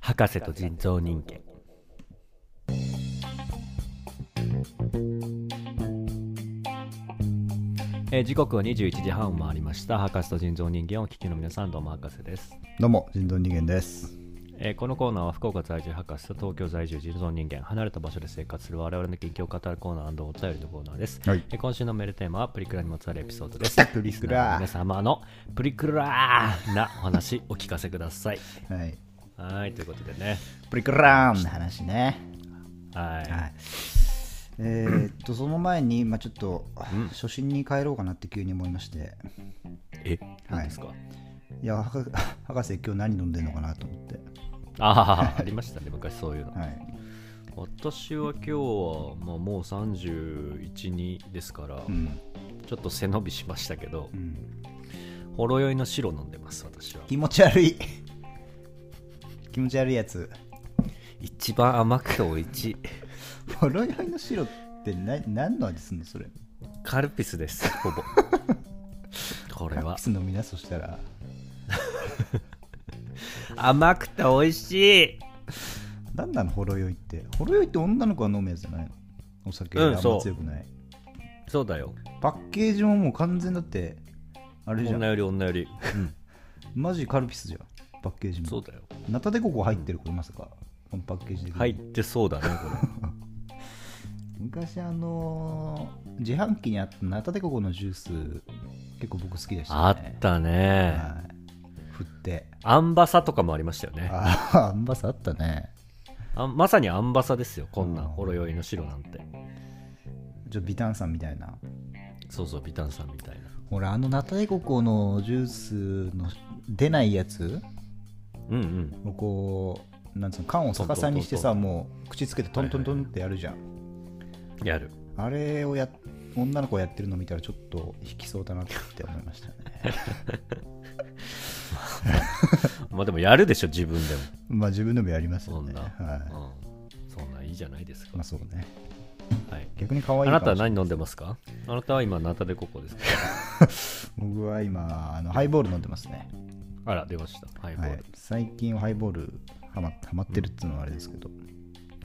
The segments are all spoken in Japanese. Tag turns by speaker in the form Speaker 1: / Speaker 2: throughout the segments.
Speaker 1: 博士と人造人間えー時刻は21時半を回りました博士と人造人間をお聞きの皆さんどうも博士です、
Speaker 2: どうも、人造人間です。
Speaker 1: えーこのコーナーは福岡在住博士と東京在住人造人間離れた場所で生活する我々の近況を語るコーナーお便りのコーナーです、
Speaker 2: はい
Speaker 1: えー今週のメールテーマはプリクラにまつわるエピソードです
Speaker 2: プリ
Speaker 1: リス
Speaker 2: ク
Speaker 1: ナーの
Speaker 2: ラ
Speaker 1: 皆様のプリクラーなお話お聞かせください
Speaker 2: はい。
Speaker 1: はいということでね
Speaker 2: プリクラーンの話ね。
Speaker 1: はい、
Speaker 2: はい。えーっと、その前に、まあちょっと、初心に帰ろうかなって急に思いまして、
Speaker 1: え何ですか、
Speaker 2: いや、博博士、今日何飲んでんのかなと思って。
Speaker 1: ああありましたね昔そういうの、
Speaker 2: はい。
Speaker 1: 私は今日は、まあ、もう31にですから、
Speaker 2: うん。
Speaker 1: ちょっと背伸びしましたけど
Speaker 2: うん、
Speaker 1: ほろ酔いの白飲んでます私は
Speaker 2: 気持ち悪い。 気持ち悪いやつ。
Speaker 1: 一番甘くておいしい
Speaker 2: ほろ酔いの白ってな何の味すんのそれ。
Speaker 1: カルピスですほ ぼこれは
Speaker 2: キス飲みな、そしたら。
Speaker 1: 甘くておいしい
Speaker 2: 何なの、ほろ酔いって。ほろ酔いって女の子が飲むやつじゃないのお酒
Speaker 1: うん
Speaker 2: があんま
Speaker 1: そう
Speaker 2: 強くない。
Speaker 1: そうだよ
Speaker 2: パッケージももう完全だってあれじゃ
Speaker 1: 女
Speaker 2: ん
Speaker 1: より女より、うん、
Speaker 2: マジカルピスじゃんパッケージも
Speaker 1: そうだよ
Speaker 2: ナタデココ入ってることまさかこのパッケージで
Speaker 1: 入ってそうだねこ
Speaker 2: 昔あのー自販機にあったナタデココのジュース結構僕好き
Speaker 1: れ
Speaker 2: でした、ね、
Speaker 1: あったね
Speaker 2: はい振って
Speaker 1: アンバサとかもありましたよね
Speaker 2: ああアンバサあったね
Speaker 1: あまさにアンバサですよこんなん
Speaker 2: うん
Speaker 1: ほろ酔いの白なんて
Speaker 2: ちょっとビタンさんみたいな
Speaker 1: そうそうビタンさんみたいな
Speaker 2: 俺あのナタデココのジュースの出ないやつ
Speaker 1: うんうん
Speaker 2: をこうなんつうの缶を逆さにしてさ
Speaker 1: ト
Speaker 2: もう口つけてトントントンってやるじゃん、
Speaker 1: やる
Speaker 2: あれをや女の子がやってるの見たらちょっと引きそうだなって思いましたね
Speaker 1: まあでもやるでしょ自分でも
Speaker 2: まあ自分でもやります
Speaker 1: そ
Speaker 2: よ
Speaker 1: ん
Speaker 2: ね
Speaker 1: な、
Speaker 2: はい
Speaker 1: うん、そんないいじゃないですか
Speaker 2: まあ、そうね
Speaker 1: はい
Speaker 2: 逆に可
Speaker 1: あ
Speaker 2: 愛いかも
Speaker 1: な
Speaker 2: したれ
Speaker 1: は
Speaker 2: ない
Speaker 1: 何飲んでますかあなたは今ナタデココですか
Speaker 2: 僕は今あのハイボール飲んでますね、
Speaker 1: あら出ましたハイボ
Speaker 2: は
Speaker 1: ー
Speaker 2: い
Speaker 1: ル、、
Speaker 2: 最近ハイボールハマハマってるっていうのはあれですけど、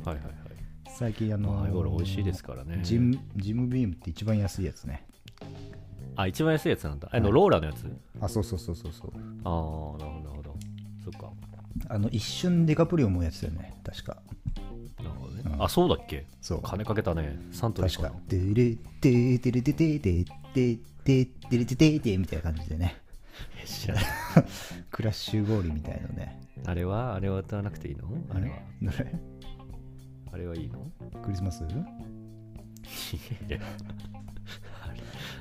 Speaker 1: はい、はいはい
Speaker 2: 最近あの
Speaker 1: ハイボール美味しいですからね
Speaker 2: ジムジムビームって一番安いやつね
Speaker 1: あ一番安いやつなんだあの
Speaker 2: はい
Speaker 1: ローラーのやつ、
Speaker 2: あそうそうそうそうそう
Speaker 1: ああなるほどなるほどそっか
Speaker 2: あの一瞬デカプリオ思うやつだよね確か
Speaker 1: なるほどね、
Speaker 2: うん
Speaker 1: あそうだっけ
Speaker 2: そう
Speaker 1: 金かけたねサントリー
Speaker 2: 確
Speaker 1: かな
Speaker 2: か「デレデデレデデデデデデレデデデ」みたいな感じでね
Speaker 1: え知らない
Speaker 2: クラッシュ氷みたいのね。
Speaker 1: あれはあれは歌わなくていいのあれは
Speaker 2: どれ
Speaker 1: あれはいいの
Speaker 2: クリスマス
Speaker 1: いや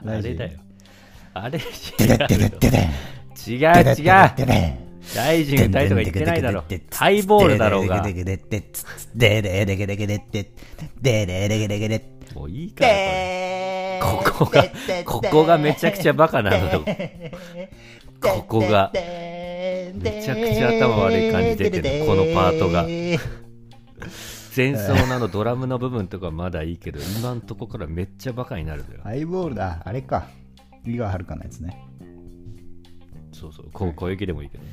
Speaker 1: あれあ
Speaker 2: 大事
Speaker 1: れだよ。あれ
Speaker 2: デ
Speaker 1: 違
Speaker 2: デデデデデ
Speaker 1: うよ違う違う
Speaker 2: デデ
Speaker 1: 大臣歌いとか言ってないだろ。ハイボールだろうが
Speaker 2: デ。デデデデデデデデデデデデデデデデデ
Speaker 1: もういいからこれ。ここが、ここがめちゃくちゃバカなのよ。ここが、めちゃくちゃ頭悪い感じ出てる、このパートが。前奏なのドラムの部分とかまだいいけど、今んとこからめっちゃバカになるのよ。
Speaker 2: ハイボールだ。あれか。井川遥のやつね。
Speaker 1: そうそう、こう小雪でもいいけど。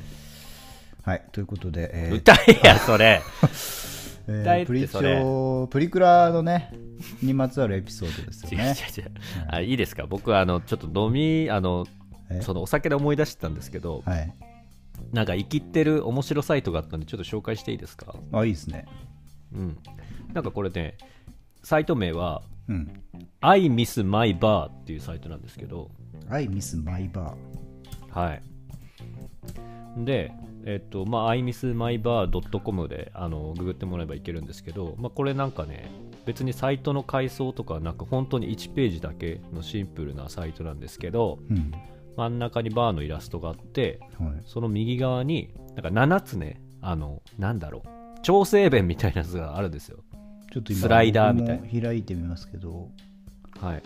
Speaker 2: はい。ということで、えー
Speaker 1: 歌えや、それ。
Speaker 2: えー
Speaker 1: 歌えって
Speaker 2: プリ
Speaker 1: それ
Speaker 2: チョプリクラのね、 にまつわるエピソードですよ
Speaker 1: 違う違う
Speaker 2: ね。
Speaker 1: 違う。あいいですか僕はあの、ちょっと飲み、あの、
Speaker 2: え
Speaker 1: そのお酒で思い出してたんですけど、
Speaker 2: はい。
Speaker 1: なんか生きってる面白サイトがあったんでちょっと紹介していいですか
Speaker 2: あ、いいですね。
Speaker 1: うんなんかこれねサイト名は
Speaker 2: うん。
Speaker 1: 「I miss my bar」っていうサイトなんですけど
Speaker 2: I miss my bar。
Speaker 1: はいでえっとまあ I miss my bar.com であのググってもらえばいけるんですけど、まあ、これなんかね別にサイトの階層とかなんか本当に1ページだけのシンプルなサイトなんですけど
Speaker 2: うん。
Speaker 1: 真ん中にバーのイラストがあって
Speaker 2: はい。
Speaker 1: その右側になんか7つねあのなんだろう調整弁みたいなやつがあるんですよ
Speaker 2: ちょっと今
Speaker 1: スライダーみたいな
Speaker 2: 僕も開いてみますけど、
Speaker 1: はい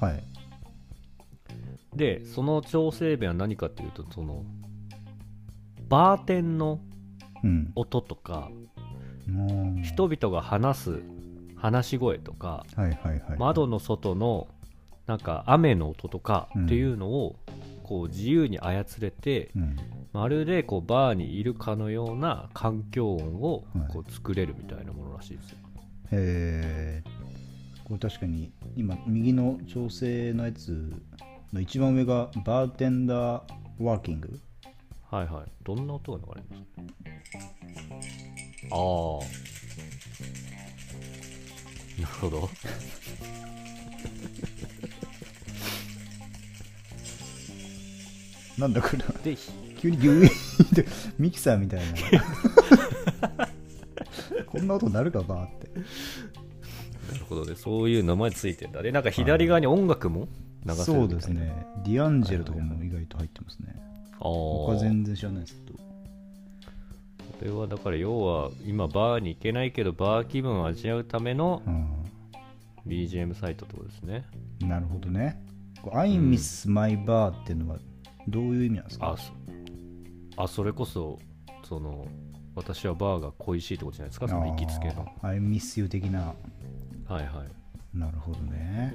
Speaker 2: はい。
Speaker 1: でその調整弁は何かっていうとそのバーテンの
Speaker 2: うん。
Speaker 1: 音とか
Speaker 2: うん
Speaker 1: 人々が話す話し声とか
Speaker 2: はいはいはい。
Speaker 1: 窓の外のなんか雨の音とかっていうのをこう自由に操れて
Speaker 2: うん。
Speaker 1: まるでこうバーにいるかのような環境音を
Speaker 2: はい
Speaker 1: こう作れるみたいなものらしいですよ、
Speaker 2: えー、これ確かに今右の調整のやつの一番上がバーテンダーワーキング
Speaker 1: はいはいどんな音が流れますああなるほど
Speaker 2: なんだこれ
Speaker 1: で
Speaker 2: 急にギュイーってミキサーみたい なこんな音なるかバーって
Speaker 1: なるほどねそういう名前ついてんだでなんか左側に音楽も流せるみたいな
Speaker 2: そうですねディアンジェルとかも意外と入ってますね
Speaker 1: ああ
Speaker 2: 他全然知らないですけど
Speaker 1: これはだから要は今バーに行けないけどバー気分を味わうための
Speaker 2: う
Speaker 1: BGM サイトってことですね
Speaker 2: んなるほどねこう I miss my bar っていうのはどういう意味なんですか
Speaker 1: あそあそれこそその私はバーが恋しいってことじゃないですかその行きつけの
Speaker 2: あー I miss you 的な
Speaker 1: はいはい
Speaker 2: なるほどね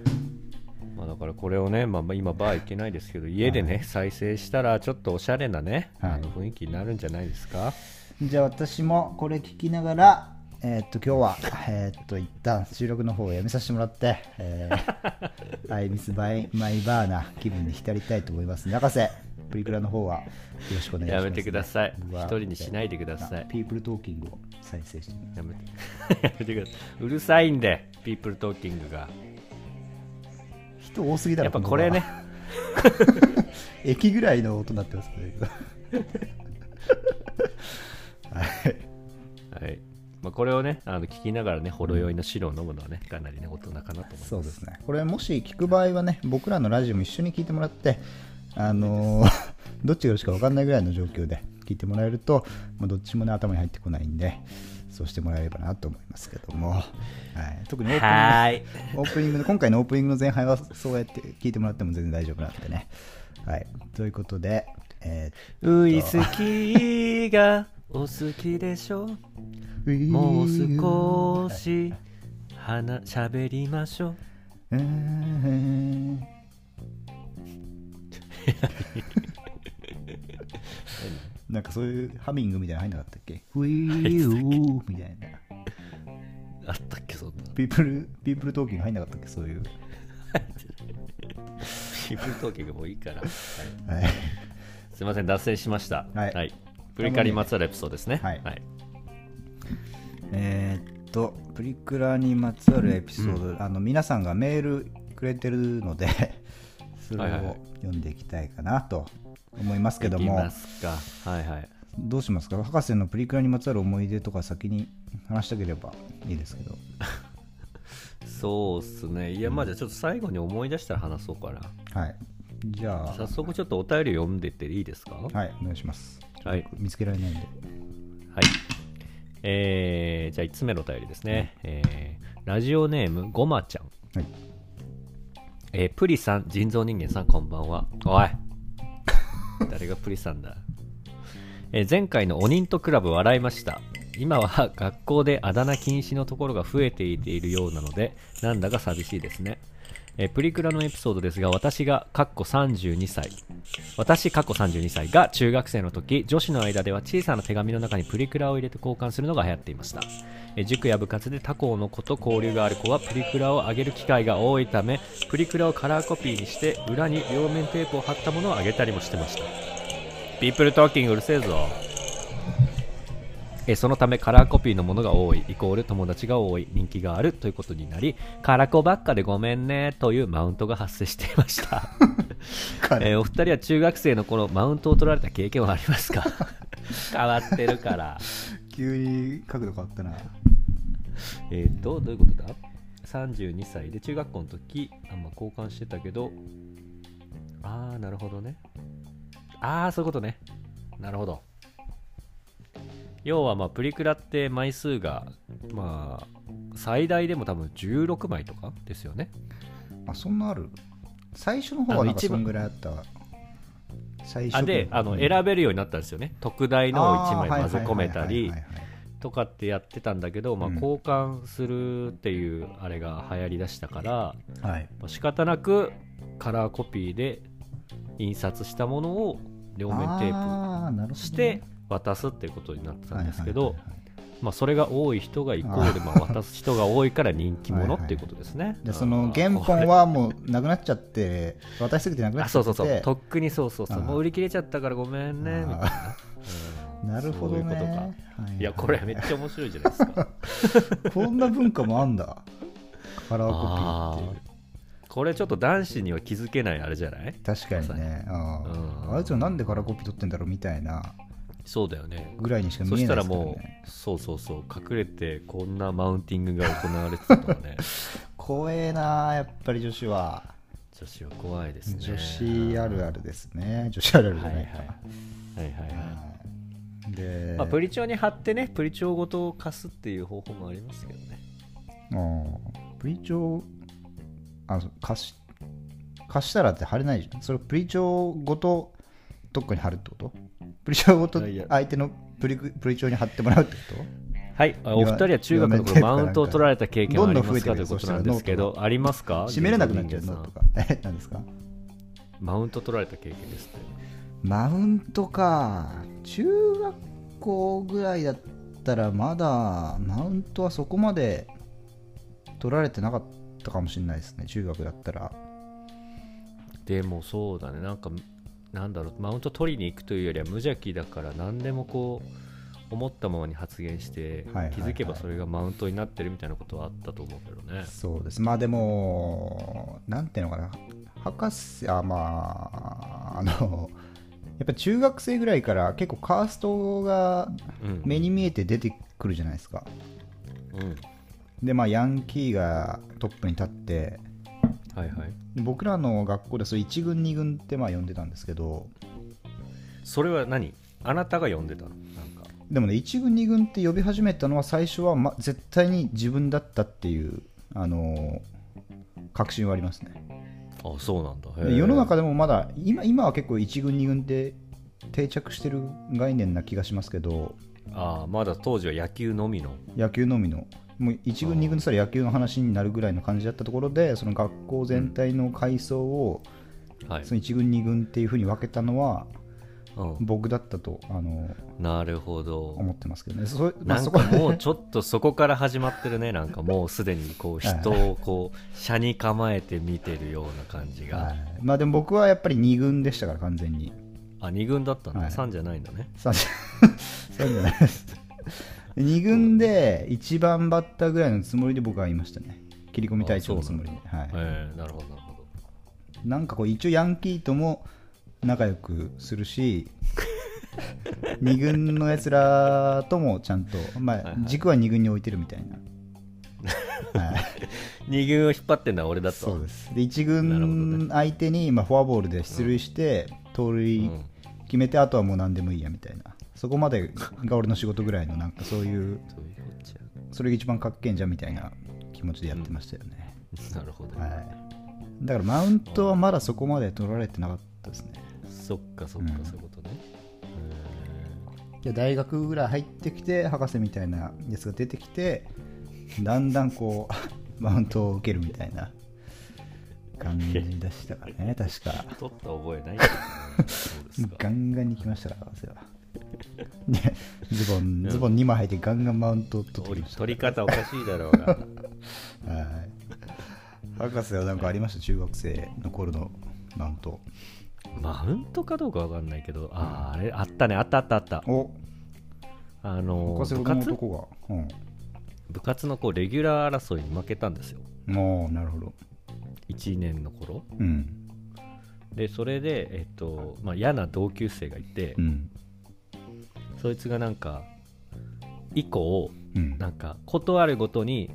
Speaker 1: まあ、だからこれをね、まあ、まあ今バー行けないですけど家でね、再生したらちょっとおしゃれなね、
Speaker 2: はい
Speaker 1: あの雰囲気になるんじゃないですか
Speaker 2: じゃあ私もこれ聞きながらえーっと今日はえーっと一旦収録の方をやめさせてもらって、えー、I miss my, my bar な気分に浸りたいと思います中瀬プリクラの方はよろしくお願いしま
Speaker 1: や
Speaker 2: す、
Speaker 1: めてください一人にしないいでください
Speaker 2: ピープルトーキングを再生してみます
Speaker 1: やめて やめてくださいうるさいんでピープルトーキングが
Speaker 2: 人多すぎだろ
Speaker 1: やっぱこれね
Speaker 2: の場駅ぐらいの音になってますねはい
Speaker 1: はいまあ、これをねあの聞きながらねほろ酔いの汁を飲むのはねかなりね大人かなと思います
Speaker 2: そうですね。これもし聞く場合はね、僕らのラジオも一緒に聞いてもらって、あのー どっちがよろしいか分かんないぐらいの状況で聞いてもらえると、まあ、どっちもね頭に入ってこないんで、そうしてもらえればなと思いますけども、はい、特にオープニング
Speaker 1: は ーい
Speaker 2: オープニングの今回のオープニングの前半はそうやって聞いてもらっても全然大丈夫なんでね。はい、ということで、え
Speaker 1: ウイスキーがお好きでしょ
Speaker 2: ー
Speaker 1: もう少し話しゃべりましょう
Speaker 2: うーんなんかそういうハミングみたいなの入んなかったっけウィーみたいな。
Speaker 1: あったっけそんな
Speaker 2: ピープル、ピープルトーキング入んなかったっけそういう。
Speaker 1: 気分統計がもういいから、はい
Speaker 2: はい。
Speaker 1: すいません脱線しました
Speaker 2: はい
Speaker 1: プリカリにまつわるエピソードですね
Speaker 2: はい
Speaker 1: はい、
Speaker 2: えーっと、プリクラにまつわるエピソード、あの皆さんがメールくれてるので、 そ
Speaker 1: は
Speaker 2: れ
Speaker 1: いはいは
Speaker 2: を
Speaker 1: い
Speaker 2: 読んでいきたいかなと思いますけど
Speaker 1: いき
Speaker 2: も。
Speaker 1: ますかはいはい
Speaker 2: どうしますか博士のプリクラにまつわる思い出とか先に話したければいいですけど。
Speaker 1: そうっすねいやまあじゃあちょっと最後に思い出したら話そうかな
Speaker 2: はい。じゃ
Speaker 1: 早
Speaker 2: あ、
Speaker 1: 速ちょっとお便り読んでっていいですか
Speaker 2: はい、お願いします。
Speaker 1: はい
Speaker 2: 見つけられないんで。
Speaker 1: はい。えーじゃあ1つ目のお便りですね。えーラジオネーム、ごまちゃん。
Speaker 2: はい。
Speaker 1: えープリさん、人造人間さん、こんばんは。おい誰がプリさんだ。えー前回のオニントクラブ笑いました。今は学校であだ名禁止のところが増えていているようなので、なんだか寂しいですね。えープリクラのエピソードですが、私が、かっこ32歳、私、過去32歳が中学生の時、女子の間では小さな手紙の中にプリクラを入れて交換するのが流行っていました。え塾や部活で他校の子と交流がある子はプリクラをあげる機会が多いため、プリクラをカラーコピーにして、裏に両面テープを貼ったものをあげたりもしてました。ピープルトーキングうるせえぞ。えそのためカラーコピーのものが多いイコール友達が多い人気があるということになりカラコばっかでごめんねというマウントが発生していました
Speaker 2: 彼
Speaker 1: えーお二人は中学生の頃マウントを取られた経験はありますか 変わってるから
Speaker 2: 急に角度変わったな。
Speaker 1: えっとどういうことだ32歳で中学校の時あんま交換してたけどああなるほどねああそういうことねなるほど要はまあプリクラって枚数がまあ最大でも多分16枚とかですよね
Speaker 2: あ、そんなある最初の方はなんか
Speaker 1: あ一
Speaker 2: そ
Speaker 1: 番
Speaker 2: んぐらいあったわ。最初
Speaker 1: あであの選べるようになったんですよね特大のを1枚混ぜ込めたりとかってやってたんだけど、まあ、
Speaker 2: うん
Speaker 1: 交換するっていうあれが流行りだしたから、
Speaker 2: はい。
Speaker 1: まあ仕方なくカラーコピーで印刷したものを両面テー
Speaker 2: あーなるほどね
Speaker 1: プして渡すっていうことになってたんですけど、
Speaker 2: はいはいはいはい
Speaker 1: まあ、それが多い人がイコールまあ渡す人が多いから人気者っていうことですね。
Speaker 2: でその原
Speaker 1: あー
Speaker 2: 本はもうなくなっちゃって渡しすぎてなくな
Speaker 1: あ
Speaker 2: っちゃ
Speaker 1: そう
Speaker 2: って
Speaker 1: そうそうとっくにそうそうそう
Speaker 2: あー
Speaker 1: もう売り切れちゃったからごめんねみたいな、
Speaker 2: あー なるほどね
Speaker 1: そういうことか
Speaker 2: は
Speaker 1: うんいやこれめっちゃ面白いじゃないですか
Speaker 2: こんな文化もあんだ カラーコピーっていう
Speaker 1: これちょっと男子には気づけないあれじゃない
Speaker 2: 確かにねあー
Speaker 1: うん
Speaker 2: あいつはなんでカラーコピー取ってんだろうみたいな
Speaker 1: そうだよね
Speaker 2: ぐらいにしか
Speaker 1: そ
Speaker 2: 見え
Speaker 1: し
Speaker 2: な
Speaker 1: たら
Speaker 2: いですから
Speaker 1: もう、
Speaker 2: ね
Speaker 1: そうそうそう隠れてこんなマウンティングが行われてたとか ね
Speaker 2: 怖えなやっぱり女子は
Speaker 1: 女子は怖いですね
Speaker 2: 女子あるあるですね女子あるあるじゃないか
Speaker 1: はいはいはいはい、はい
Speaker 2: はいで
Speaker 1: まあ、プリチョウに貼ってねプリチョウごと貸すっていう方法もありますけどね
Speaker 2: ああプリチョウあそう貸し貸したらって貼れないじゃんそれプリチョウごとどっかに貼るってことプリチョウごと
Speaker 1: いやいや
Speaker 2: 相手のプリプリチョウに貼ってもらうってこ
Speaker 1: はいあお二人は中学の頃マウントを取られた経験はありますかということなんですけどありますか
Speaker 2: と閉めれなくなっちゃう
Speaker 1: 人間
Speaker 2: の
Speaker 1: さん
Speaker 2: とかえ何ですか
Speaker 1: マウント取られた経験ですね
Speaker 2: マウントか中学校ぐらいだったらまだマウントはそこまで取られてなかったかもしれないですね中学だったら
Speaker 1: でもそうだねなんかなんだろうマウント取りに行くというよりは無邪気だから何でもこう思ったままに発言して
Speaker 2: はいはいはい
Speaker 1: 気づけばそれがマウントになってるみたいなことはあったと思うけどね
Speaker 2: そうですまあでもなんていうのかな博士あまああのやっぱ中学生ぐらいから結構カーストが
Speaker 1: うん
Speaker 2: 目に見えて出てくるじゃないですか
Speaker 1: うん
Speaker 2: でまあヤンキーがトップに立って
Speaker 1: はいはい
Speaker 2: 僕らの学校でそう1軍2軍ってまあ呼んでたんですけど
Speaker 1: それは何あなたが呼んでたのなんか
Speaker 2: でもね1軍2軍って呼び始めたのは最初は、ま、絶対に自分だったっていうあの確信はありますね
Speaker 1: あそうなんだへ
Speaker 2: で
Speaker 1: え
Speaker 2: 世の中でもまだ今今は結構1軍2軍って定着してる概念な気がしますけど
Speaker 1: ああまだ当時は野球のみの
Speaker 2: 野球のみのもう1軍2軍としたら野球の話になるぐらいの感じだったところでその学校全体の階層を
Speaker 1: はい
Speaker 2: そ、の1軍2軍っていうふうに分けたのは
Speaker 1: うん、
Speaker 2: 僕だったとあの
Speaker 1: なるほど
Speaker 2: 思ってますけどねそ,、まあ、
Speaker 1: なん
Speaker 2: そこ
Speaker 1: か
Speaker 2: はね
Speaker 1: もうちょっとそこから始まってるねなんかもうすでにこう人をこう車に構えて見てるような感じが、
Speaker 2: はいまあでも僕はやっぱり2軍でしたから完全に
Speaker 1: あ二軍だったんだ、
Speaker 2: はい
Speaker 1: 三じゃないんだね
Speaker 2: 3じゃないです2軍で1番バッターぐらいのつもりで僕はいましたね切り込み隊長のつもりで、はい
Speaker 1: ええなるほどなるほ
Speaker 2: なんかこう一応ヤンキーとも仲良くす るし二軍のやつらともちゃんと、まあ
Speaker 1: はいはい
Speaker 2: 軸は二軍に置いてるみたい な、はい、
Speaker 1: ど二軍を引っ張ってんのは俺だと
Speaker 2: そうですで一
Speaker 1: なるほど
Speaker 2: 軍相手に、まあ、フォアボールで出塁して、盗塁
Speaker 1: うん
Speaker 2: 決めてあとはもう何でもいいやみたいなそこまでが俺の仕事ぐらいのなんかそういう
Speaker 1: そういうこっちゃ
Speaker 2: それが一番かっけえんじゃんみたいな気持ちでやってましたよね、
Speaker 1: なるほど、
Speaker 2: はい、だからマウントはまだそこまで取られてなかったですね
Speaker 1: そっかそっか、そういうことね
Speaker 2: で大学ぐらい入ってきて博士みたいなやつが出てきてだんだんこ うマウントを受けるみたいな感じでしたからね確か
Speaker 1: 取った覚えないけどね そうですか
Speaker 2: ガンガンに来ましたから博士は ねズボンズボン2枚履いてガンガンマウントを取って
Speaker 1: 取
Speaker 2: き
Speaker 1: り
Speaker 2: ました
Speaker 1: 取り方おかしいだろうが
Speaker 2: はい博士は何かありました中学生の頃のマウント
Speaker 1: マウントかどうかわかんないけどあーあれあったねあったあったあった
Speaker 2: お
Speaker 1: あの
Speaker 2: 博士
Speaker 1: ー部活
Speaker 2: ほどの男がうん
Speaker 1: 部活のこうレギュラー争いに負けたんですよ
Speaker 2: ああなるほど
Speaker 1: 1年の頃
Speaker 2: うん
Speaker 1: でそれで、えっとまあ、嫌な同級生がいて、
Speaker 2: うん
Speaker 1: そいつがなんか以降
Speaker 2: うん
Speaker 1: なんかことあるごとに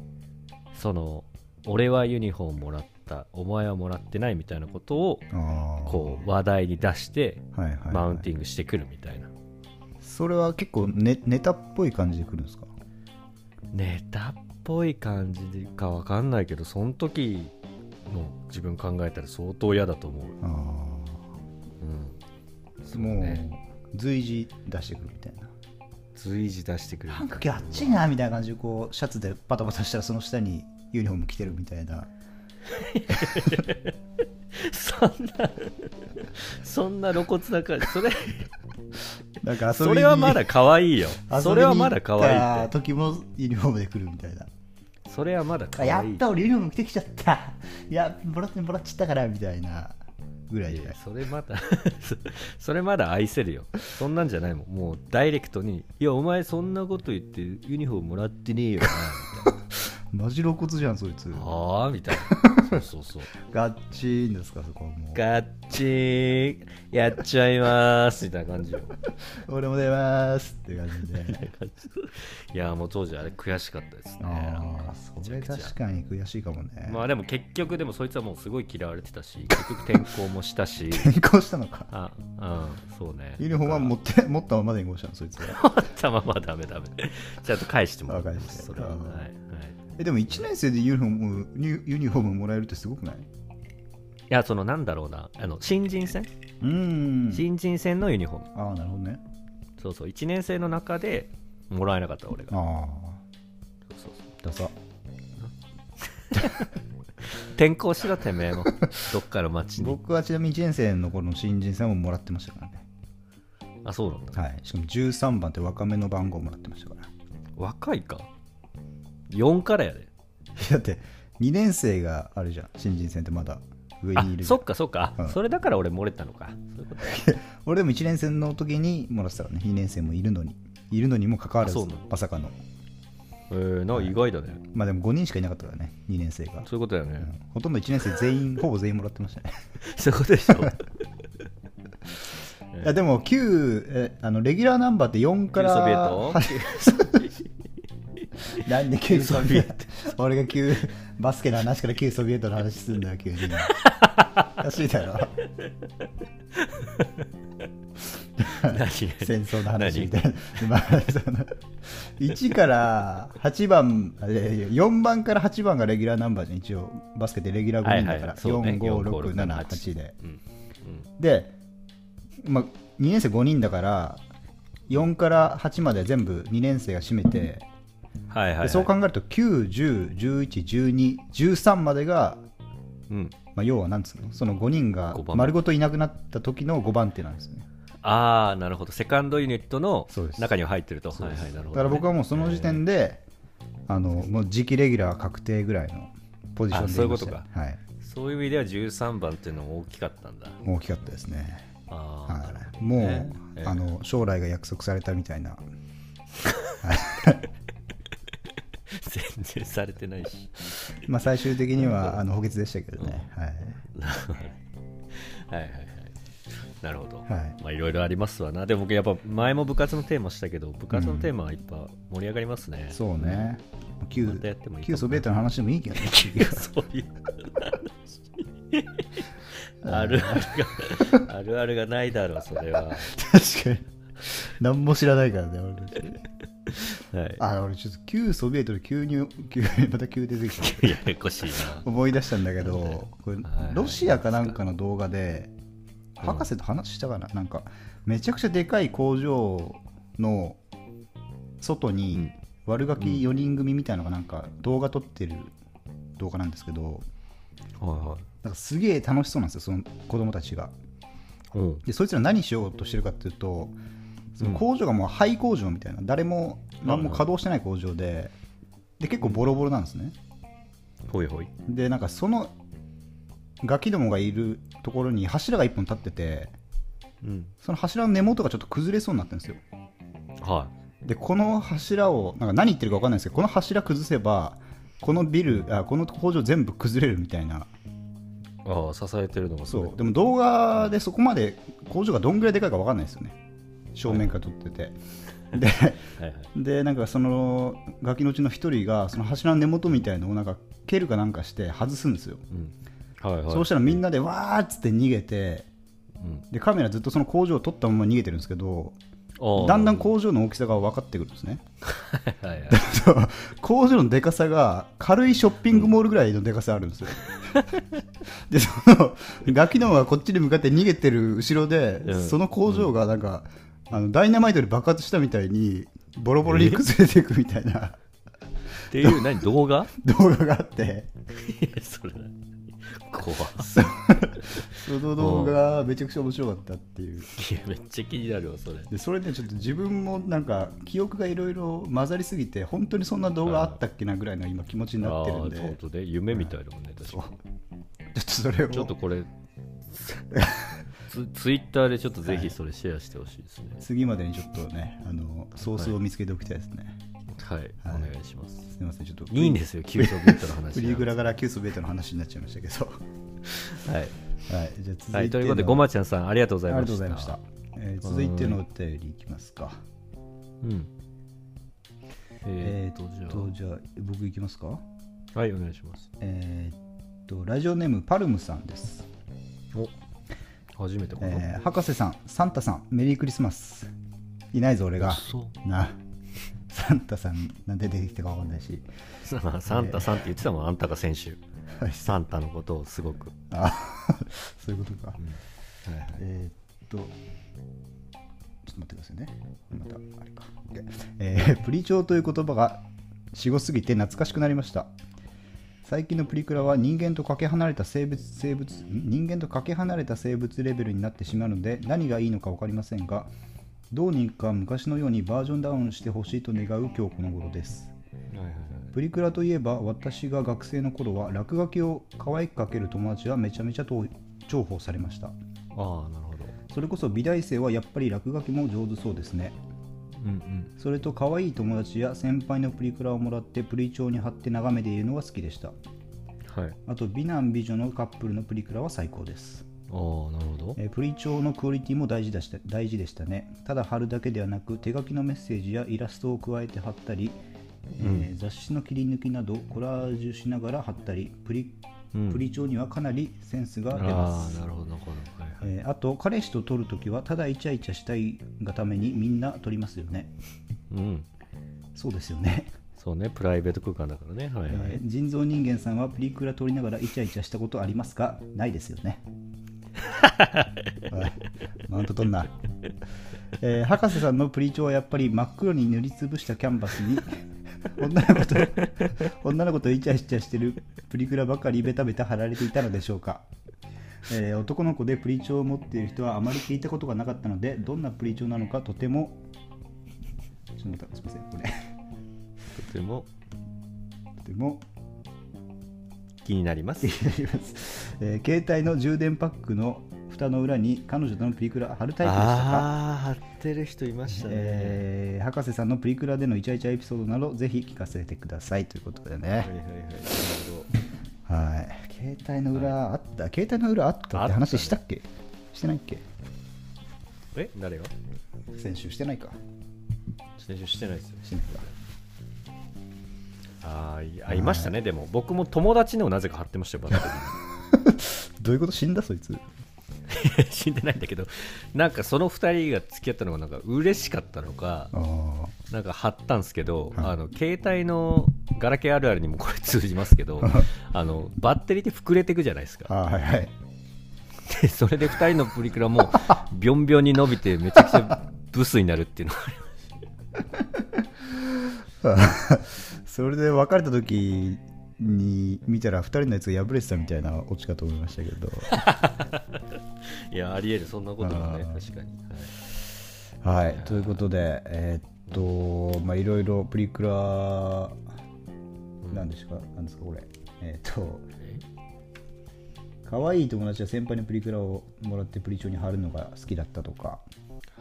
Speaker 1: その俺はユニフォームもらったお前はもらってないみたいなことを
Speaker 2: ああ
Speaker 1: こう話題に出して
Speaker 2: はいはいはい
Speaker 1: マウンティングしてくるみたいな、
Speaker 2: それは結構ネネタっぽい感じで来るんですか
Speaker 1: ネタっぽい感じかわかんないけどその時の自分考えたら相当嫌だと思う、
Speaker 2: ああ
Speaker 1: うん、そう
Speaker 2: も
Speaker 1: ね
Speaker 2: う随時出してくるみたいな
Speaker 1: 随時出してくる
Speaker 2: ハンカチあっちいなみたいな感じでこうシャツでパタパタしたらその下にユニフォーム着てるみたいな
Speaker 1: そんなそんな露骨な感じそれ
Speaker 2: なんか遊びに
Speaker 1: それはまだ可愛いよ
Speaker 2: 遊びに行った
Speaker 1: それはまだ可愛いって
Speaker 2: 時もユニフォームで来るみたいな
Speaker 1: それはまだ可
Speaker 2: あ
Speaker 1: 愛い
Speaker 2: やった俺ユニフォーム着てきちゃった いやもらってもらっちゃったからみたいなぐらい
Speaker 1: い
Speaker 2: じ
Speaker 1: や
Speaker 2: ゃ
Speaker 1: い
Speaker 2: ない
Speaker 1: やそれまだ そそれまだ愛せるよそんなんじゃないもんもうダイレクトに「いやお前そんなこと言ってユニフォームもらってねえよな」
Speaker 2: マジ露骨じゃんそいつ
Speaker 1: みた いな「はあ?」みたいなそうそうそう
Speaker 2: ガッチーンですかそこはも
Speaker 1: 「
Speaker 2: う
Speaker 1: ガッチーンやっちゃいます」みたいな感じよ
Speaker 2: 俺も出ますって感じで
Speaker 1: いやもう当時あれ悔しかったですねなん
Speaker 2: あ
Speaker 1: か
Speaker 2: あ
Speaker 1: め
Speaker 2: そ
Speaker 1: ちゃ
Speaker 2: れ
Speaker 1: くちゃ
Speaker 2: 確かに悔しいかもね、
Speaker 1: まあでも結局でもそいつはもうすごい嫌われてたし結局転校もした し
Speaker 2: 転校したのか
Speaker 1: あうんそうね
Speaker 2: ユニフォームは 持って持ったままで転校したのそいつは
Speaker 1: 持ったままダメダメちゃんと返してもらってます
Speaker 2: あ返して
Speaker 1: それは、
Speaker 2: あ
Speaker 1: はい
Speaker 2: ー
Speaker 1: はい、
Speaker 2: えでも1年生でユニフォームニュユニフォームもらえるってすごくない
Speaker 1: いやそのなんだろうなあの新人戦、
Speaker 2: うーん
Speaker 1: 新人戦のユニフォーム
Speaker 2: ああなるほどね
Speaker 1: そうそう1年生の中でもらえなかった俺が
Speaker 2: あ
Speaker 1: そうそうそう
Speaker 2: あダサ
Speaker 1: 転校しろてめえ もどっかの町に
Speaker 2: 僕はちなみに1年生の頃の新人さんももらってましたからね
Speaker 1: あそうなんだ
Speaker 2: はいしかも13番って若めの番号もらってましたから
Speaker 1: 若いか4からやで
Speaker 2: だって2年生があるじゃん新人戦ってまだ上
Speaker 1: あ
Speaker 2: にいるじゃ
Speaker 1: そ
Speaker 2: ん
Speaker 1: っかそっか、あ
Speaker 2: うん
Speaker 1: それだから俺漏れたのかそういうこと
Speaker 2: 俺でも1年生の時にもらってたからね2年生もいるのにいるのにもかかわらず
Speaker 1: あそうなの
Speaker 2: まさかの
Speaker 1: えー、なんか意外だね、
Speaker 2: まあでも5人しかいなかったからね2年生が、
Speaker 1: そういうことだよね、
Speaker 2: うんほとんど1年生全員ほぼ全員もらってましたね
Speaker 1: そういうことで しょ
Speaker 2: いやでも9えあのレギュラーナンバーって4から
Speaker 1: 旧ソビエト
Speaker 2: なんで旧ソビエ
Speaker 1: 旧
Speaker 2: ト俺が旧バスケの話から旧ソビエトの話するんだよ急におかしいだろ
Speaker 1: 何
Speaker 2: 戦争の話みたいな、まあ、その1から8番あいやいや4番から8番がレギュラーナンバーじゃん一応バスケってレギュラー5人だから、
Speaker 1: そうね
Speaker 2: 45678で
Speaker 1: うんうん
Speaker 2: で、まあ、2年生5人だから4から8まで全部2年生が占めて、
Speaker 1: はいはい、は
Speaker 2: で
Speaker 1: い、
Speaker 2: そう考えると910111213までが、
Speaker 1: うん、
Speaker 2: まあ、要はなんつうのその5人が
Speaker 1: 五番目
Speaker 2: 丸ごといなくなった時の5番手なんですね
Speaker 1: ああなるほどセカンドユニットの
Speaker 2: そうです
Speaker 1: 中には入ってるとはいはいなる
Speaker 2: だ
Speaker 1: ほどね、
Speaker 2: から僕はもうその時点で、あのもう次期レギュラー確定ぐらいのポジションで
Speaker 1: あそういう
Speaker 2: ま
Speaker 1: こ
Speaker 2: し
Speaker 1: と
Speaker 2: た
Speaker 1: か
Speaker 2: はい、
Speaker 1: そういう意味では13番っていうのも大きかったんだ
Speaker 2: 大きかったですね、
Speaker 1: ああ、なる
Speaker 2: は
Speaker 1: ほ
Speaker 2: い、
Speaker 1: ど
Speaker 2: もう、
Speaker 1: ねええ
Speaker 2: あの将来が約束されたみたいな
Speaker 1: 全然されてないし
Speaker 2: まあ最終的にはあの補欠でしたけどね、はい、
Speaker 1: はいはいはいなるほど、
Speaker 2: はい
Speaker 1: まあいろいろありますわなでも僕やっぱ前も部活のテーマしたけど部活のテーマはいっぱい盛り上がりますね、
Speaker 2: そうね
Speaker 1: ま
Speaker 2: 旧
Speaker 1: たやってもいいかも
Speaker 2: 旧ソビエトの話でもいいけどね
Speaker 1: そういう話あるあるがあるあるがないだろうそれは、
Speaker 2: 確かに何も知らないからね俺たち
Speaker 1: はい、
Speaker 2: あ俺ちょっと旧ソビエトで急に急また急に出てき た
Speaker 1: ややこしいな
Speaker 2: 思い出したんだけどこれ
Speaker 1: はい
Speaker 2: ロシアかなんかの動画で博士と話したかななんかめちゃくちゃでかい工場の外に悪ガキ4人組みたいなのがなんか動画撮ってる動画なんですけど
Speaker 1: はいは
Speaker 2: なんかすげえ楽しそうなんですよその子供たちが
Speaker 1: いうん
Speaker 2: でそいつら何しようとしてるかっていうとその工場がもう廃工場みたいな誰も何も稼働してない工場でで結構ボロボロなんですね、
Speaker 1: ほいほい
Speaker 2: でなんかそのガキどもがいるところに柱が一本立ってて
Speaker 1: うん
Speaker 2: その柱の根元がちょっと崩れそうになってるんですよ
Speaker 1: は
Speaker 2: でこの柱をなんか何言ってるか分かんないですけどこの柱崩せばこのビルあこの工場全部崩れるみたいない
Speaker 1: ああ支えてるのもすごい
Speaker 2: そうでも動画でそこまで工場がどんぐらいでかいか分かんないですよね正面から撮ってて、で
Speaker 1: はいはい
Speaker 2: でなんかそのガキのうちの一人がその柱の根元みたいのをなんか蹴るかなんかして外すんですよ、
Speaker 1: うんはいはい
Speaker 2: そうしたらみんなでわーっつって逃げて
Speaker 1: うん
Speaker 2: でカメラずっとその工場を撮ったまま逃げてるんですけど
Speaker 1: ああ
Speaker 2: だんだん工場の大きさが分かってくるんですね
Speaker 1: はいはい
Speaker 2: そう工場のでかさが軽いショッピングモールぐらいのでかさある んですよでそのガキどもがこっちに向かって逃げてる後ろで、
Speaker 1: うん
Speaker 2: その工場がなんか、あのダイナマイトで爆発したみたいにボロボロに崩れていくみたいな
Speaker 1: っていう何動画
Speaker 2: 動画があって
Speaker 1: いやそれ怖
Speaker 2: その動画めちゃくちゃ面白かったっていう
Speaker 1: いやめっちゃ気になるわそれ
Speaker 2: でそれでちょっと自分もなんか記憶がいろいろ混ざりすぎて本当にそんな動画あったっけなぐらいの今気持ちになってるんで
Speaker 1: あー本当ね夢みたいだもんね、確
Speaker 2: そう
Speaker 1: か
Speaker 2: ちょっとそれを
Speaker 1: にちょっとこ れツツイッターでちょっとぜひそれシェアしてほしいですね
Speaker 2: 次までにちょっとねあのソースを見つけておきたいですね、
Speaker 1: はい、
Speaker 2: はい
Speaker 1: お願いします
Speaker 2: すみませんちょっと
Speaker 1: いいんですよ急速ベッドの話
Speaker 2: フリーグ
Speaker 1: は
Speaker 2: ラからキュースベートの話になっちゃいましたけど
Speaker 1: はい、
Speaker 2: はいじゃあ続いての、
Speaker 1: はい、ということでごまちゃんさんありがとうご
Speaker 2: あ
Speaker 1: ざい
Speaker 2: り
Speaker 1: ま
Speaker 2: が
Speaker 1: し
Speaker 2: と
Speaker 1: た
Speaker 2: うございました、えー続いてのお便りいきますか
Speaker 1: うんえー、っとじゃあ、
Speaker 2: じゃあ僕いきますか
Speaker 1: はいお願いします
Speaker 2: えーっとラジオネームパルムさんです、
Speaker 1: お初めてかな、
Speaker 2: えー博士さんサンタさんメリークリスマスいないぞ俺が
Speaker 1: そ
Speaker 2: なサンタさんなんて出てきたか分かんないし
Speaker 1: うサンタさんって言ってたもんあんたが先週
Speaker 2: はい
Speaker 1: サンタのことをすごく、
Speaker 2: あ そういうことか、
Speaker 1: はいはい
Speaker 2: えーっと、ちょっと待ってくださいね。また、あれか。OK えープリチョーという言葉が死後すぎて懐かしくなりました。最近のプリクラは人間とかけ離れた生物生物ん人間とかけ離れた生物レベルになってしまうので何がいいのか分かりませんがどうにか昔のようにバージョンダウンしてほしいと願う今日この頃です
Speaker 1: はいはいはい
Speaker 2: プリクラといえば私が学生の頃は落書きを可愛く描ける友達はめちゃめちゃと重宝されました
Speaker 1: ああなるほど
Speaker 2: それこそ美大生はやっぱり落書きも上手そうですね
Speaker 1: うんうん
Speaker 2: それと可愛い友達や先輩のプリクラをもらってプリ帳に貼って眺めているのが好きでした
Speaker 1: はい
Speaker 2: あと美男美女のカップルのプリクラは最高です
Speaker 1: ああなるほど
Speaker 2: えープリ帳のクオリティも大事だした大事でしたねただ貼るだけではなく手書きのメッセージやイラストを加えて貼ったり、えー雑誌の切り抜きなどコラージュしながら貼ったりプリ,、
Speaker 1: うん
Speaker 2: プリ帳にはかなりセンスが出ま
Speaker 1: あ
Speaker 2: す
Speaker 1: あなるほどなるほどはいはい
Speaker 2: えーあと彼氏と撮るときはただイチャイチャしたいがためにみんな撮りますよね
Speaker 1: うん
Speaker 2: そうですよね、
Speaker 1: そうねプライベート空間だからねはいはい、
Speaker 2: えー人造人間さんはプリクラ撮りながらイチャイチャしたことありますかないですよねおいマウント取んな、えー博士さんのプリチョはやっぱり真っ黒に塗りつぶしたキャンバスに女の子と女の子とイチャイチャしてるプリクラばかりベタベタ貼られていたのでしょうかえー男の子でプリチョを持っている人はあまり聞いたことがなかったのでどんなプリチョなのかとてもちょっと待ってすみませんこれ
Speaker 1: とても
Speaker 2: とても
Speaker 1: 気になります
Speaker 2: やります、 えー携帯の充電パックの蓋の裏に彼女とのプリクラ貼るタイプでしたか、
Speaker 1: ああ貼ってる人いましたね、
Speaker 2: えー博士さんのプリクラでのイチャイチャエピソードなどぜひ聞かせてくださいということで
Speaker 1: はい
Speaker 2: ね、
Speaker 1: はいはいなるほ
Speaker 2: はい携帯の裏あった、携帯の裏あったって話したっけしてないっけ
Speaker 1: どえ誰が
Speaker 2: 先週してないか
Speaker 1: 先週してないですよ
Speaker 2: してないか
Speaker 1: あーいあいましたねでも僕も友達のをなぜか貼ってましたよバッテリー
Speaker 2: どういうこと死んだそいつ
Speaker 1: 死んでないんだけどなんかその2人が付き合ったのがなんか嬉しかったのか
Speaker 2: ああ
Speaker 1: なんか貼ったんですけど、
Speaker 2: はい
Speaker 1: あの携帯のガラケーあるあるにもこれ通じますけ どあのバッテリーって膨れていくじゃないですか
Speaker 2: あーはい はい
Speaker 1: でそれで2人のプリクラもビョンビョンに伸びてめちゃくちゃブスになるっていうのがあります
Speaker 2: それで別れた時に見たら2人のやつが破れてたみたいなオチかと思いましたけど
Speaker 1: いやありえるそんなことがね
Speaker 2: あー
Speaker 1: 確かに、はい
Speaker 2: はい、ということで、えーっと、まあ、いろいろプリクラ、なんですか、なんですか、これ。えーっと、
Speaker 1: え
Speaker 2: 可愛い友達や先輩のプリクラをもらってプリ帳に貼るのが好きだったとか、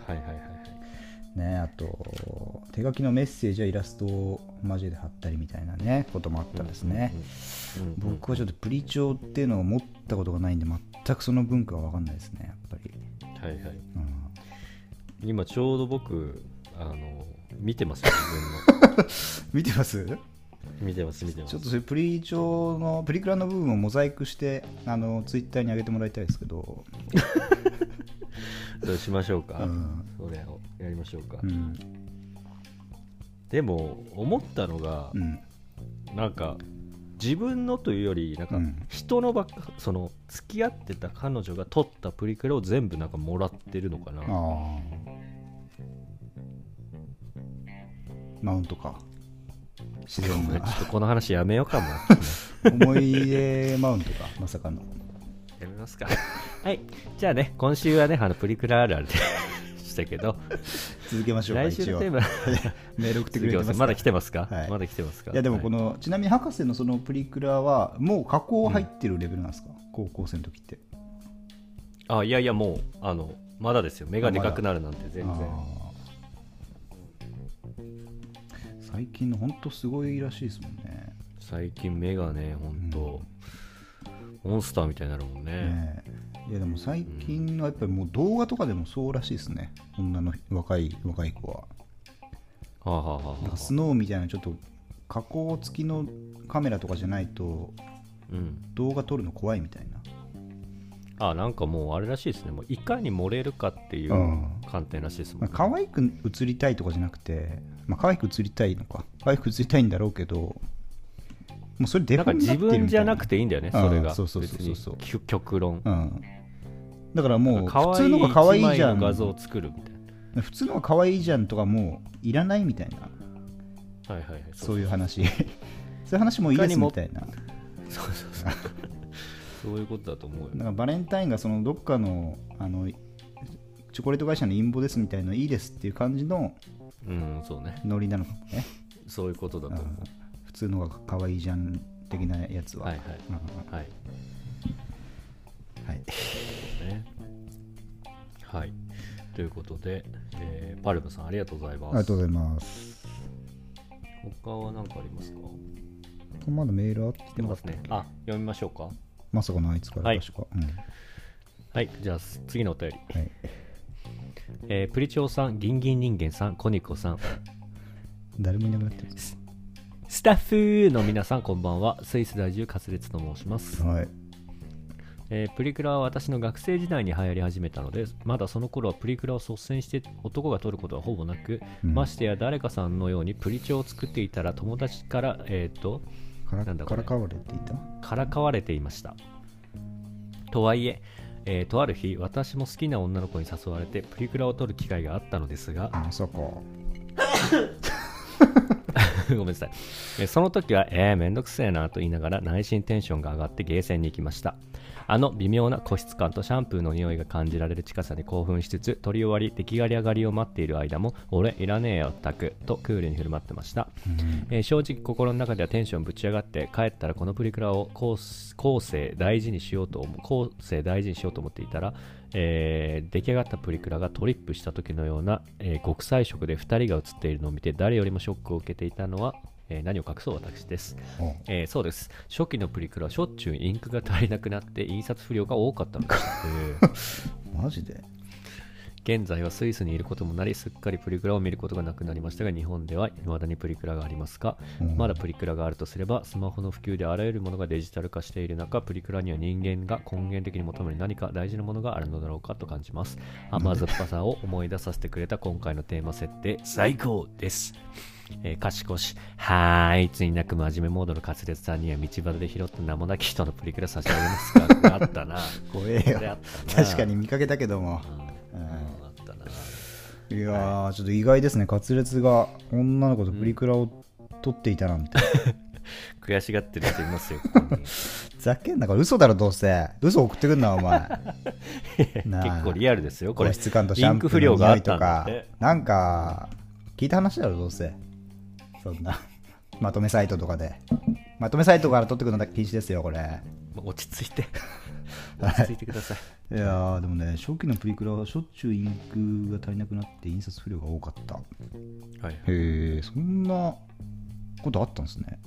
Speaker 1: はいはいはいはい
Speaker 2: ね、あと、手書きのメッセージやイラストを交えて貼ったりみたいなね、こともあったんですね。
Speaker 1: うん
Speaker 2: 僕はちょっとプリ帳っていうのを持ったことがないんで、全くその文化は分かんないですね、やっぱり。
Speaker 1: はいはい
Speaker 2: うん
Speaker 1: 今ちょうど僕あの見てますよ自分の
Speaker 2: 見てます
Speaker 1: 見てます見てます
Speaker 2: ちょっとそれプリ帳のプリクラの部分をモザイクしてあのツイッターに上げてもらいたいですけど、
Speaker 1: そうしましょうか、
Speaker 2: うん
Speaker 1: それをやりましょうか、
Speaker 2: うん
Speaker 1: でも思ったのが
Speaker 2: う、ん、
Speaker 1: なんか自分のというよりなんか
Speaker 2: うん
Speaker 1: 人のばっかその付き合ってた彼女が撮ったプリクラを全部なんかもらってるのかな、
Speaker 2: ああマウントか自然
Speaker 1: ごめんちょ
Speaker 2: な
Speaker 1: っとこの話やめようかも
Speaker 2: 思い出マウントかまさかの
Speaker 1: やめますか はいじゃあね今週はねあのプリクラあるあるで したけど
Speaker 2: 続けましょうか
Speaker 1: 来週
Speaker 2: 一
Speaker 1: の
Speaker 2: 応
Speaker 1: テー マ
Speaker 2: メール送って
Speaker 1: 続き
Speaker 2: くれて
Speaker 1: ま
Speaker 2: ま
Speaker 1: す
Speaker 2: すか
Speaker 1: まだ来てますか、
Speaker 2: はい
Speaker 1: まだ来てますか
Speaker 2: いやでもこの、ちなみに博士のそのプリクラはもう加工入ってるレベルなんですか、高校生の時って
Speaker 1: はいあいやいやもうあのまだですよ目がでかくなるなんて全然、
Speaker 2: あー最近の本当すごいらしいですもんね
Speaker 1: 最近目がねほんと、モンスターみたいになるもんね
Speaker 2: ねえいやでも最近はやっぱりもう動画とかでもそうらしいですね女の若い若い子は
Speaker 1: はあ、はあはあ
Speaker 2: なん
Speaker 1: は
Speaker 2: かスノーみたいなちょっと加工付きのカメラとかじゃないと
Speaker 1: あ、うん
Speaker 2: 動画撮るの怖いみたいな
Speaker 1: あなんかもうあれらしいですねもういかに漏れるかっていう
Speaker 2: うん
Speaker 1: 観点らしいですもん
Speaker 2: まあ
Speaker 1: ね、
Speaker 2: 可愛く映りたいとかじゃなくて、まあ、可愛く映りたいのか可愛く映りたいんだろうけどもうそれデ
Speaker 1: なん
Speaker 2: フォ
Speaker 1: か
Speaker 2: ル
Speaker 1: 自
Speaker 2: メになってるみたいな
Speaker 1: 分じゃなくていいんだよね、それ
Speaker 2: あ
Speaker 1: が。
Speaker 2: ーそうそうそう
Speaker 1: 別
Speaker 2: そう
Speaker 1: に
Speaker 2: そう
Speaker 1: き極論。
Speaker 2: うん、だからもう
Speaker 1: 可
Speaker 2: 普
Speaker 1: 愛
Speaker 2: 通の
Speaker 1: い
Speaker 2: が可愛いじゃ
Speaker 1: 一枚
Speaker 2: ん
Speaker 1: の画像を作るみたい
Speaker 2: 普通のが可愛いじゃんとかもういらないみたいな
Speaker 1: な。はいはいはい。
Speaker 2: そう
Speaker 1: う
Speaker 2: いう話 そういう話もういいですみたいな
Speaker 1: そうそうそう。そういうことだと思うよ。
Speaker 2: なんかバレンタインがそのどっかのあのチョコレート会社の陰謀ですみたいないいですっていう感じの
Speaker 1: うん、そうね。
Speaker 2: ノリなのかもね、
Speaker 1: そういうことだ
Speaker 2: う
Speaker 1: と
Speaker 2: ん
Speaker 1: 思
Speaker 2: 普通のが可愛いじゃん的なやつ
Speaker 1: う。
Speaker 2: は、
Speaker 1: はいはい。
Speaker 2: うん
Speaker 1: はい。
Speaker 2: はい、
Speaker 1: ね。はい。ということで、えーパルムさんありがとうござい
Speaker 2: あ
Speaker 1: ます。
Speaker 2: りがとうございます
Speaker 1: 他は何かありますか
Speaker 2: まだメールあって
Speaker 1: 来てますね。あ、読みましょうか。
Speaker 2: まさかのあいつから確か、うん
Speaker 1: はい。じゃあ、次のお便り。
Speaker 2: はい、
Speaker 1: えープリチョウさん、ギンギン人間さん、コニコ さん、
Speaker 2: 誰もいなくなって
Speaker 1: スタッフの皆さんこんばんはスイス在住カツレツと申します
Speaker 2: る、はい
Speaker 1: えープリクラは私の学生時代に流行り始めたのでまだその頃はプリクラを率先して男が撮ることはほぼなく、
Speaker 2: うん
Speaker 1: ましてや誰かさんのようにプリチョを作っていたら友達からえっ、と
Speaker 2: から
Speaker 1: なんだこ
Speaker 2: か
Speaker 1: れ
Speaker 2: らかわれていた
Speaker 1: からかわれていましたとはいええーとある日私も好きな女の子に誘われてプリクラを撮る機会があったのですが
Speaker 2: あそこ
Speaker 1: ごめんなさい。えその時は、えー、めんどくせえなと言いながら内心テンションが上がってゲーセンに行きました。あの微妙な個室感とシャンプーの匂いが感じられる近さに興奮しつつ、撮り終わり、出来上がり上がりを待っている間も、俺いらねえよ、ったく、とクールに振る舞ってました。えー正直心の中ではテンションぶち上がって帰ったらこのプリクラを後後世大事にしようと思う後世大事にしようと思っていたら、えー出来上がったプリクラがトリップした時のような、えー極彩色で2人が写っているのを見て誰よりもショックを受けていたのは、えー何を隠そう私です、
Speaker 2: お
Speaker 1: えーそうです初期のプリクラはしょっちゅうインクが足りなくなって印刷不良が多かったのです、えー
Speaker 2: マジで
Speaker 1: 現在はスイスにいることもなりすっかりプリクラを見ることがなくなりましたが日本では未だにプリクラがありますか、
Speaker 2: うん
Speaker 1: まだプリクラがあるとすればスマホの普及であらゆるものがデジタル化している中プリクラには人間が根源的に求める何か大事なものがあるのだろうかと感じます甘酸っぱさを思い出させてくれた今回のテーマ設定最高ですえー賢し、はーい、つになく真面目モードの滑舌さんには道端で拾った名もなき人のプリクラ差し上げますかこれあったな。
Speaker 2: 怖え
Speaker 1: これあ
Speaker 2: よ
Speaker 1: ったな
Speaker 2: 確かに見かけたけども
Speaker 1: う、ん
Speaker 2: うん
Speaker 1: あったな。
Speaker 2: いやーちょっと意外ですね滑舌が女の子とプリクラを撮っていたなんて、
Speaker 1: 悔しがってる人いますよ、ここに
Speaker 2: ざけんなこれ嘘だろどうせ嘘送ってくんなお前なあ
Speaker 1: 結構リアルです よ、これ。
Speaker 2: 個室感とシ
Speaker 1: イ
Speaker 2: ャ
Speaker 1: ン
Speaker 2: ン
Speaker 1: ク
Speaker 2: プー
Speaker 1: 不
Speaker 2: の
Speaker 1: 良があ
Speaker 2: 匂
Speaker 1: っ
Speaker 2: いと
Speaker 1: たんだっ
Speaker 2: か
Speaker 1: て。
Speaker 2: なんか聞いた話だろどうせそんなまとめサイトとかでまとめサイトから撮ってくるのだけ禁止ですよこれ
Speaker 1: ま落ち着 いて、落ち着いてください。
Speaker 2: いやーでもね初期のプリクラはしょっちゅうインクが足りなくなって印刷不良が多かった
Speaker 1: はい、
Speaker 2: へえそんなことあったんですね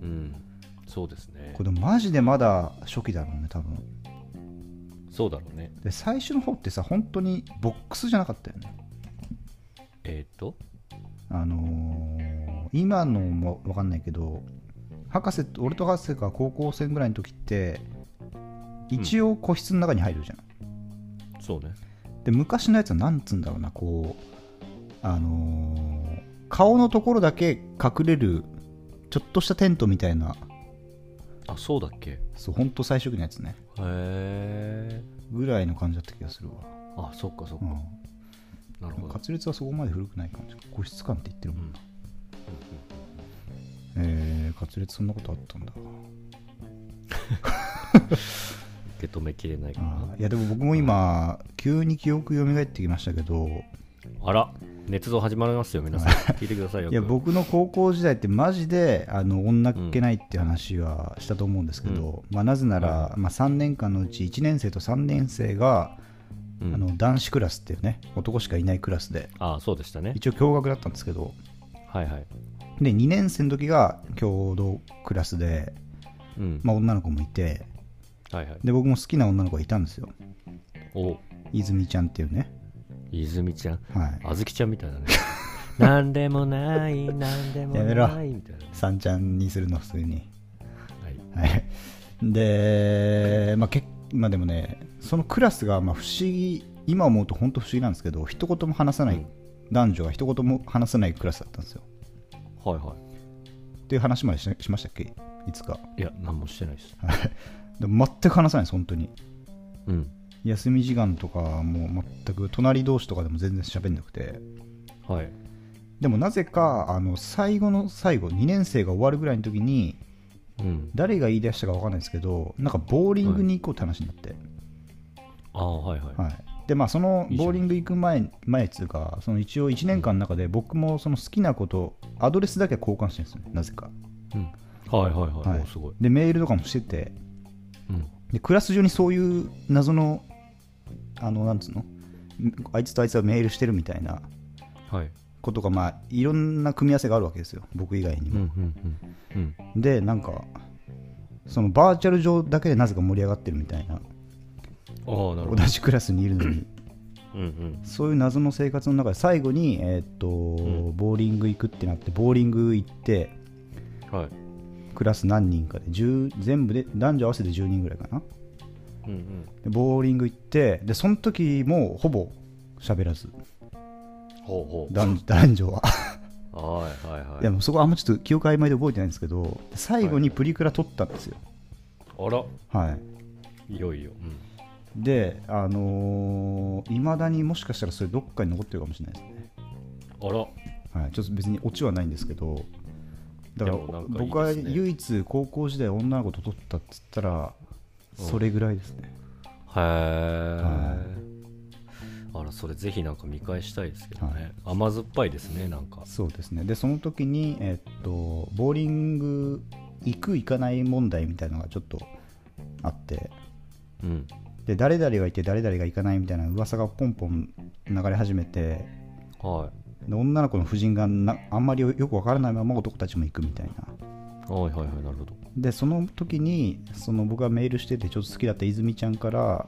Speaker 1: うん、そうですね
Speaker 2: こ。れでもマジでまだ初期だろうね多分
Speaker 1: そうだろうね。
Speaker 2: で最初の方ってさ本当にボックスじゃなかったよね
Speaker 1: えっ、ー、と、
Speaker 2: あのー今のも分かんないけど博士と俺と博士が高校生ぐらいの時って一応個室の中に入るじゃん、
Speaker 1: そうね。
Speaker 2: で昔のやつはなんつうんだろうなこうあのー顔のところだけ隠れるちょっとしたテントみたいな
Speaker 1: あ、そうだっけ。へ
Speaker 2: そうほんと最初期のやつね
Speaker 1: え。
Speaker 2: ぐらいの感じだった気がするわ、
Speaker 1: あ、そっかそっ
Speaker 2: う
Speaker 1: か。
Speaker 2: ん、
Speaker 1: なるほど
Speaker 2: 滑。舌はそこまで古くない感じ個室感って言ってるもんな、えー、滑舌そんなことあったんだ
Speaker 1: 受け止めきれないか
Speaker 2: あ
Speaker 1: な
Speaker 2: ーいやでも僕も今急に記憶蘇ってきましたけど
Speaker 1: あら捏造始まりますよ皆さん聞いてくださいよ
Speaker 2: いや
Speaker 1: く
Speaker 2: 僕の高校時代ってマジであの女っ気ないって話はしたと思うんですけど、まあ、なぜなら、まあ、3年間のうち1年生と3年生が、
Speaker 1: うん
Speaker 2: あの男子クラスっていうね男しかいないクラスで
Speaker 1: ああそうでしたね
Speaker 2: 一応共学だったんですけど
Speaker 1: はいはい
Speaker 2: で2年生の時が共同クラスで、
Speaker 1: うん、
Speaker 2: まあ、女の子もいて
Speaker 1: はいはい
Speaker 2: で僕も好きな女の子がいたんですよ
Speaker 1: お
Speaker 2: 泉ちゃんっていうね、
Speaker 1: 泉ちゃん
Speaker 2: はい、
Speaker 1: あずきちゃんみたいなね なんでもないなんでも
Speaker 2: やめろ
Speaker 1: ないみたいな、
Speaker 2: さんちゃんにするの普通に
Speaker 1: はい、
Speaker 2: はいで、まあ、けまあでもねそのクラスがまあ不思議今思うと本当不思議なんですけど一言も話さない、
Speaker 1: うん
Speaker 2: 男女が一言も話さないクラスだったんですよ
Speaker 1: はいは
Speaker 2: っていう話までししましたっけいつか
Speaker 1: いいや何もしてないです
Speaker 2: でも全く話さないです本当に
Speaker 1: うん
Speaker 2: 休み時間とかもう全く隣同士とかでも全然喋んなくて
Speaker 1: はい
Speaker 2: でもなぜかあの最後の最後2年生が終わるぐらいの時に
Speaker 1: うん
Speaker 2: 誰が言い出したか分かんないですけどなんかボーリングに行こうって話になって、
Speaker 1: ああはいはい、
Speaker 2: はい、でまあその
Speaker 1: いいじゃん
Speaker 2: ボーリング行く前前っつうかその一応1年間の中で僕もその好きな子とアドレスだけは交換してるんですねなぜか
Speaker 1: うん、はいはいはい、
Speaker 2: はい
Speaker 1: おすごい、
Speaker 2: でメールとかもしてて
Speaker 1: うん、
Speaker 2: でクラス中にそういう謎のあのなんつうのあいつとあいつはメールしてるみたいな
Speaker 1: はい
Speaker 2: ことがまあいろんな組み合わせがあるわけですよ僕以外に
Speaker 1: うんう
Speaker 2: も、
Speaker 1: んうんうん
Speaker 2: でなんかそのバーチャル上だけでなぜか盛り上がってるみたいな
Speaker 1: ああなる
Speaker 2: 同
Speaker 1: ほど
Speaker 2: じクラスにいるのに
Speaker 1: うんうん
Speaker 2: そういう謎の生活の中で最後に、えーっとボーリング行くってなってボーリング行って
Speaker 1: はい
Speaker 2: クラス何人かで10全部で男女合わせて10人ぐらいかな
Speaker 1: うんうん
Speaker 2: でボーリング行ってでその時もうほぼ喋らず
Speaker 1: ほうほう
Speaker 2: 男男女は
Speaker 1: はいはい はい
Speaker 2: いやもうそこあんまちょっと記憶曖昧で覚えてないんですけど最後にプリクラ撮ったんですよ
Speaker 1: あら
Speaker 2: はい
Speaker 1: いよいよ、うん、
Speaker 2: であのい、まだにもしかしたらそれどっかに残ってるかもしれないですね
Speaker 1: あら
Speaker 2: はい、ちょっと別にオチはないんですけどだから
Speaker 1: でもなんかいいですね
Speaker 2: 僕は唯一高校時代女の子と撮ったっつったら
Speaker 1: うん
Speaker 2: それぐらいですね、
Speaker 1: へ
Speaker 2: は
Speaker 1: えあらそれぜひなんか見返したいですけどね、甘酸っぱいですねなんか
Speaker 2: そうですねでその時に、えっとボーリング行く行かない問題みたいなのがちょっとあって
Speaker 1: うん
Speaker 2: で誰々がいて誰々が行かないみたいな噂がポンポン流れ始めて
Speaker 1: は
Speaker 2: で女の子の夫人がなあんまりよくわからないまま男たちも行くみたいない
Speaker 1: はいはいはいなるほど
Speaker 2: でその時にその僕がメールしててちょっと好きだった泉ちゃんから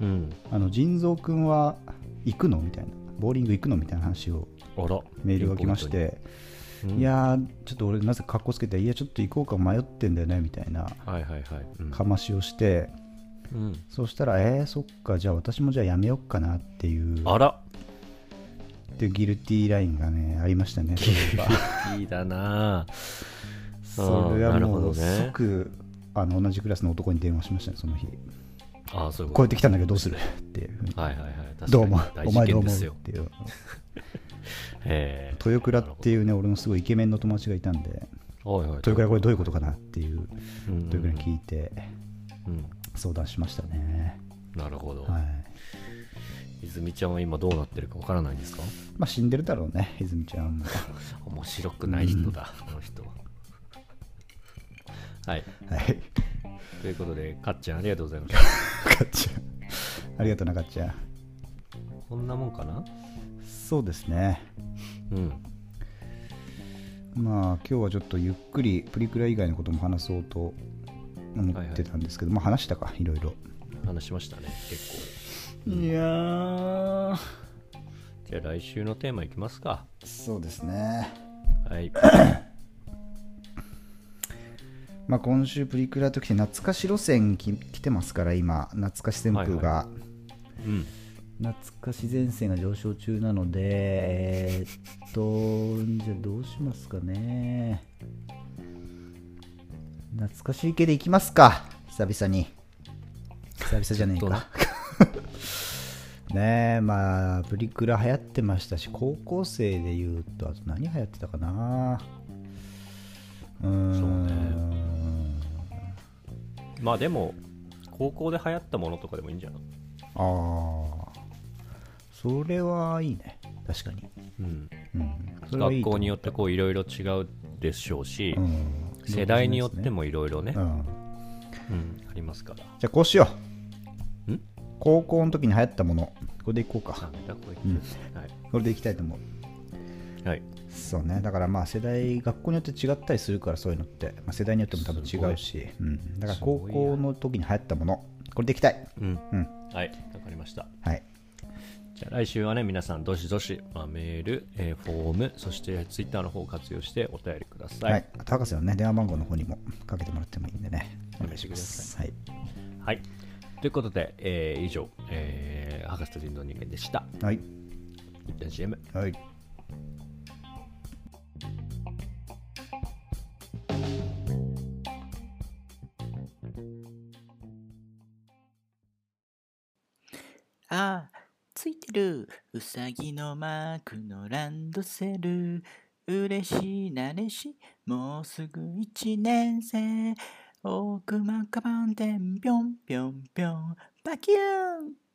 Speaker 1: うん
Speaker 2: あの腎臓くんは行くのみたいなボーリング行くのみたいな話を
Speaker 1: あら
Speaker 2: メールが来まし、て、
Speaker 1: ピンポイントにうん
Speaker 2: いやーちょっと俺なぜか格好つけていやちょっと行こうか迷ってんだよねみたいな
Speaker 1: はいはいはいうん
Speaker 2: かましをして、
Speaker 1: うん、
Speaker 2: そうしたらえー、そっかじゃあ私もじゃあやめよっかなっていう
Speaker 1: あら
Speaker 2: っていうギルティーラインがねありましたねそういえば
Speaker 1: いいだなあ
Speaker 2: それ
Speaker 1: あ
Speaker 2: はも
Speaker 1: ーなるほど
Speaker 2: う
Speaker 1: ね
Speaker 2: 即、あの同じクラスの男に電話しましたねその日
Speaker 1: あーそういう
Speaker 2: こう
Speaker 1: こ
Speaker 2: やって来たんだけどどうするっていうふうに
Speaker 1: とはいはいはい確かに
Speaker 2: どうも
Speaker 1: 大
Speaker 2: お
Speaker 1: 事件
Speaker 2: 前どう
Speaker 1: で
Speaker 2: 思うっ
Speaker 1: すよ
Speaker 2: ていう
Speaker 1: え
Speaker 2: 豊倉っていうね俺のすごいイケメンの友達がいたんで
Speaker 1: えはいはい
Speaker 2: 豊倉これどういうことかなっていう
Speaker 1: うんうん
Speaker 2: 豊倉に聞いて
Speaker 1: うん
Speaker 2: 相談しましたね、
Speaker 1: なるほど、
Speaker 2: はい
Speaker 1: 泉ちゃんは今どうなってるかわからないんですか
Speaker 2: まあ死んでるだろうね泉ちゃんも
Speaker 1: 面白くない人だ、この人は はい
Speaker 2: はい
Speaker 1: ということでかっちゃんありがとうございました
Speaker 2: かっちゃんありがとうなかっちゃん
Speaker 1: こんなもんかな
Speaker 2: そうですね
Speaker 1: うん
Speaker 2: まあ今日はちょっとゆっくりプリクラ以外のことも話そうと思ってたんですけど、まあ話したかいろいろ
Speaker 1: 話しましたね結構
Speaker 2: いやー
Speaker 1: じゃあ来週のテーマいきますか
Speaker 2: そうですね
Speaker 1: はい
Speaker 2: まあ、今週プリクラときて懐かし路線き来てますから今懐かし旋風が、
Speaker 1: うん
Speaker 2: 懐かし前線が上昇中なのでえーっとじゃあどうしますかね懐かしい系でいきますか久々に久々じゃねえ
Speaker 1: ちょっとな
Speaker 2: か ねえまあプリクラ流行ってましたし高校生でいうとあと何流行ってたかなうーん
Speaker 1: そうねまあでも高校で流行ったものとかでもいいんじゃない
Speaker 2: ああそれはいいね確かに、
Speaker 1: うん、
Speaker 2: うん、それは
Speaker 1: 学
Speaker 2: いいと
Speaker 1: 校
Speaker 2: 思う
Speaker 1: によってこういろいろ違うでしょうし、
Speaker 2: うん
Speaker 1: 世代によってもいろいろね、
Speaker 2: うん、
Speaker 1: うんありますから
Speaker 2: じゃあこうしようん高校の時に流行ったものこれでいこう
Speaker 1: な
Speaker 2: か
Speaker 1: んだこいつ、はい、
Speaker 2: これでいきたいと思う
Speaker 1: はい、
Speaker 2: そうねだからまあ世代学校によって違ったりするからそういうのって、まあ、世代によっても多分違うし、うん、だから高校の時に流行ったものこれでいきたい
Speaker 1: うん
Speaker 2: うん
Speaker 1: はいわかりました
Speaker 2: はい
Speaker 1: じゃあ来週はね皆さんどしどし、まあ、メール、えーフォームそしてツイッターの方を活用してお便りくださ、
Speaker 2: はいい、
Speaker 1: はい
Speaker 2: あと博士のね電話番号の方にもかけてもらってもいいんでねお願いしますはい
Speaker 1: ということで、えー以上、えー、博士と人造人間でした
Speaker 2: はい、
Speaker 1: 一旦 CM
Speaker 2: はい
Speaker 3: あーついてるうさぎのマークのランドセル嬉しいなれしもうすぐ一年生奥間カバンでんぴょんぴょんぴょんバキューン